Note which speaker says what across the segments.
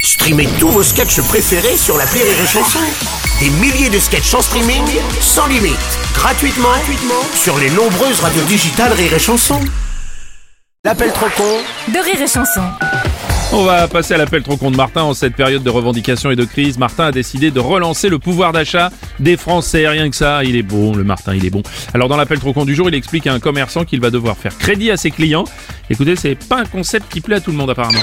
Speaker 1: Streamez tous vos sketchs préférés sur la Rire et Chanson. Des milliers de sketchs en streaming, sans limite, gratuitement, gratuitement sur les nombreuses radios digitales Rire et Chanson. L'appel trop con
Speaker 2: de rire et chanson.
Speaker 3: On va passer à l'appel trop con de Martin. En cette période de revendication et de crise, Martin a décidé de relancer le pouvoir d'achat des Français. Rien que ça, il est bon, le Martin, il est bon. Alors dans l'appel trop con du jour, il explique à un commerçant qu'il va devoir faire crédit à ses clients. Écoutez, c'est pas un concept qui plaît à tout le monde apparemment.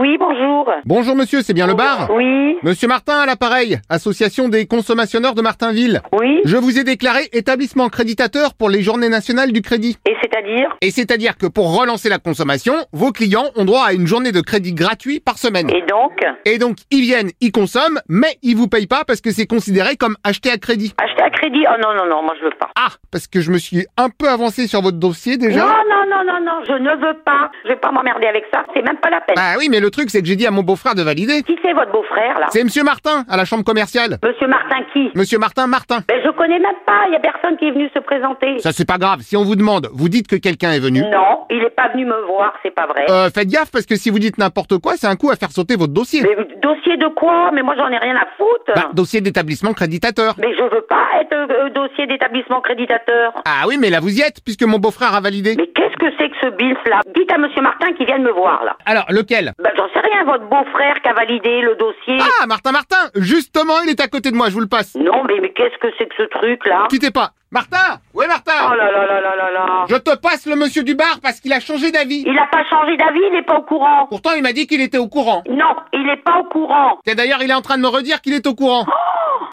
Speaker 4: Oui, bonjour.
Speaker 5: Bonjour monsieur, c'est bien le bar
Speaker 4: Oui,
Speaker 5: Monsieur Martin à l'appareil, association des consommationneurs de Martinville.
Speaker 4: oui.
Speaker 5: Je vous ai déclaré établissement créditateur pour les journées nationales du crédit.
Speaker 4: Et c'est-à-dire
Speaker 5: Et c'est-à-dire que pour relancer la consommation, vos clients ont droit à une journée de crédit gratuit par semaine.
Speaker 4: Et donc
Speaker 5: Et donc ils viennent, ils consomment, mais ils vous payent pas parce que c'est considéré comme acheté à crédit.
Speaker 4: Acheter à crédit Oh non, non, non, moi je veux pas.
Speaker 5: Ah, parce que je me suis un peu avancé sur votre dossier déjà.
Speaker 4: Non, non, non, non, non, je ne veux pas. Je vais pas m'emmerder avec ça. C'est même pas la peine.
Speaker 5: Bah oui, mais le truc c'est que j'ai dit à mon beau-frère de valider.
Speaker 4: Qui c'est votre beau-frère, là
Speaker 5: C'est monsieur Martin à la chambre commerciale.
Speaker 4: Monsieur Martin qui
Speaker 5: Monsieur Martin Martin.
Speaker 4: Ben je connais même pas. Il y a personne qui est venu se présenter.
Speaker 5: Ça c'est pas grave, si on vous demande, vous dites que quelqu'un est venu.
Speaker 4: Non, il est pas venu me voir, c'est pas vrai.
Speaker 5: Euh, faites gaffe parce que si vous dites n'importe quoi, c'est un coup à faire sauter votre dossier.
Speaker 4: Mais dossier de quoi Mais moi j'en ai rien à foutre.
Speaker 5: Bah, dossier d'établissement créditateur.
Speaker 4: Mais je veux pas être euh, euh, dossier d'établissement créditateur.
Speaker 5: Ah oui, mais là vous y êtes puisque mon beau-frère a validé.
Speaker 4: Mais qu'est-ce que c'est que ce bilf là Dites à monsieur Martin qu'il vienne me voir là.
Speaker 5: Alors, lequel
Speaker 4: Ben j'en sais rien, votre beau-frère qui a validé le dossier.
Speaker 5: Ah, Martin Martin Justement, il est à côté de moi, je vous le passe.
Speaker 4: Non, mais, mais qu'est-ce que c'est que ce truc là
Speaker 5: Quittez pas. Martin Ouais,
Speaker 4: Oh
Speaker 5: Martin
Speaker 4: là là là là là là
Speaker 5: Je te passe le monsieur du bar parce qu'il a changé d'avis.
Speaker 4: Il a pas changé d'avis, il n'est pas au courant.
Speaker 5: Pourtant, il m'a dit qu'il était au courant.
Speaker 4: Non, il n'est pas au courant.
Speaker 5: Et d'ailleurs, il est en train de me redire qu'il est au courant.
Speaker 4: Oh.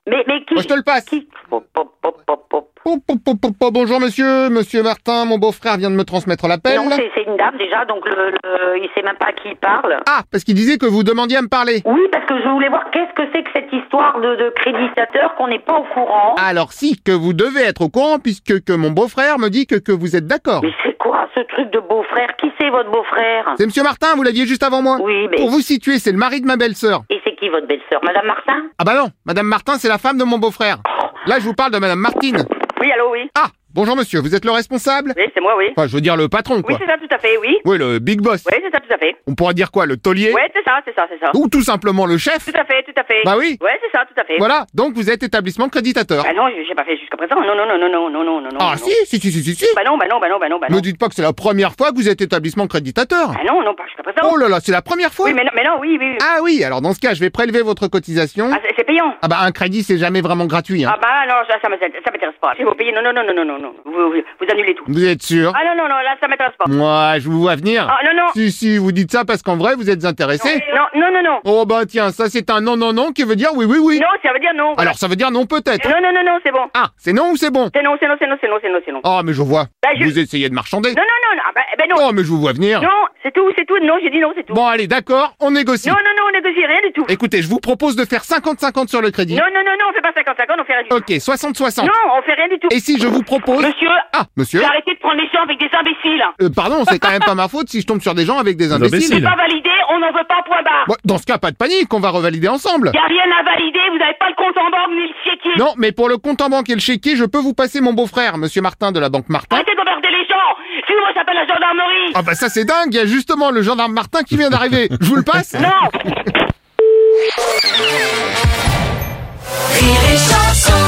Speaker 4: Mais, mais qui
Speaker 5: Moi, je te le passe.
Speaker 4: Qui Pop, pop, pop, pop, pop.
Speaker 5: Oh, oh, oh, oh, oh, bonjour monsieur, monsieur Martin, mon beau-frère vient de me transmettre l'appel.
Speaker 4: Non, c'est c'est une dame déjà, donc le, le- il sait même pas à qui il parle.
Speaker 5: Ah, parce qu'il disait que vous demandiez à me parler.
Speaker 4: Oui, parce que je voulais voir qu'est-ce que c'est que cette histoire de, de créditateur qu'on n'est pas au courant.
Speaker 5: Alors si, que vous devez être au courant puisque que mon beau-frère me dit que, que vous êtes d'accord.
Speaker 4: Mais c'est quoi ce truc de beau-frère Qui c'est votre beau-frère
Speaker 5: C'est monsieur Martin, vous l'aviez juste avant moi.
Speaker 4: Oui, mais-
Speaker 5: Pour vous situer, c'est le mari de ma belle-sœur.
Speaker 4: Et c'est qui votre belle-sœur Madame Martin
Speaker 5: Ah bah non, madame Martin, c'est la femme de mon beau-frère. Là, je vous parle de madame Martine.
Speaker 4: Oui, allô, oui.
Speaker 5: Ah, bonjour monsieur, vous êtes le responsable
Speaker 4: Oui, c'est moi, oui.
Speaker 5: Enfin, je veux dire le patron quoi.
Speaker 4: ça, tout à fait, oui.
Speaker 5: Oui, le big boss.
Speaker 4: Oui, c'est ça, tout à fait.
Speaker 5: On pourrait dire quoi, le taulier
Speaker 4: Oui, c'est ça, c'est ça, c'est ça.
Speaker 5: ou tout simplement le chef
Speaker 4: Tout à fait, tout à fait.
Speaker 5: Bah oui.
Speaker 4: Ouais, c'est ça, tout à fait.
Speaker 5: Voilà, donc vous êtes établissement créditateur.
Speaker 4: Bah non, j'ai pas fait jusqu'à présent. Non, non, non, non, non, non, non, non.
Speaker 5: Ah
Speaker 4: non.
Speaker 5: si, si si si si si.
Speaker 4: Bah non, bah non, bah non, bah non, bah non.
Speaker 5: Me dites pas que c'est la première fois que vous êtes établissement créditateur.
Speaker 4: Bah non, non, pas jusqu'à présent.
Speaker 5: Oh là là, c'est la première fois.
Speaker 4: oui, mais non, mais non, oui, oui. oui.
Speaker 5: Ah oui, alors dans ce cas, je vais prélever votre cotisation.
Speaker 4: Ah, c'est- c'est payant.
Speaker 5: Ah bah un crédit, c'est jamais vraiment gratuit. Hein.
Speaker 4: Ah bah non, ça, ça m'intéresse ça m'intéresse pas. Si vous payez, non, non, non, non, non, non, non. Vous, vous, vous annulez tout.
Speaker 5: Vous êtes sûr
Speaker 4: Ah non, non, non, là, ça m'intéresse pas.
Speaker 5: Moi, je vous vois venir.
Speaker 4: Ah non, non.
Speaker 5: Si si, vous dites ça parce qu'en vrai, vous êtes intéressé.
Speaker 4: Non, non, non, non.
Speaker 5: Oh bah tiens, ça c'est un non non non qui veut dire oui oui oui.
Speaker 4: Non, ça veut dire non. voilà.
Speaker 5: Alors ça veut dire non peut-être.
Speaker 4: Non, non, non, non, c'est bon.
Speaker 5: Ah, c'est non ou c'est bon
Speaker 4: C'est non, c'est non, c'est non, c'est non, c'est non, c'est non.
Speaker 5: Ah mais je vois.
Speaker 4: Bah, je-
Speaker 5: Vous essayez de marchander.
Speaker 4: Non, non, non, non, ah bah, eh ben non.
Speaker 5: Oh mais je vous vois venir.
Speaker 4: Non, c'est tout, c'est tout. Non, j'ai dit non, c'est tout.
Speaker 5: Bon allez, d'accord, on négocie.
Speaker 4: Non, non, non, on négocie rien du tout.
Speaker 5: Écoutez, je vous propose de faire 50-50 sur le crédit.
Speaker 4: Non, non, non, non, on fait pas 50-50, on fait rien du tout.
Speaker 5: Ok, 60-60.
Speaker 4: Non, on fait rien du tout.
Speaker 5: Et si je vous propose...
Speaker 4: Monsieur,
Speaker 5: Ah, monsieur
Speaker 4: arrêtez de prendre les gens avec des imbéciles.
Speaker 5: Euh, Pardon, c'est quand même pas ma faute si je tombe sur des gens avec des imbéciles.
Speaker 3: imbéciles.
Speaker 4: Pas validé, on n'en veut pas, point barre.
Speaker 5: Bon, dans ce cas, pas de panique, on va revalider ensemble.
Speaker 4: Y a rien à valider, vous n'avez pas le compte en banque ni le chéquier.
Speaker 5: Non, mais pour le compte en banque et le chéquier, je peux vous passer mon beau-frère, monsieur Martin de la Banque Martin.
Speaker 4: Arrêtez d'emmerder les gens. Sinon, moi, j'appelle la gendarmerie.
Speaker 5: Ah bah ça c'est dingue, il y a justement le gendarme Martin qui vient d'arriver. Je vous le passe
Speaker 4: Non.
Speaker 2: Rire et chanson.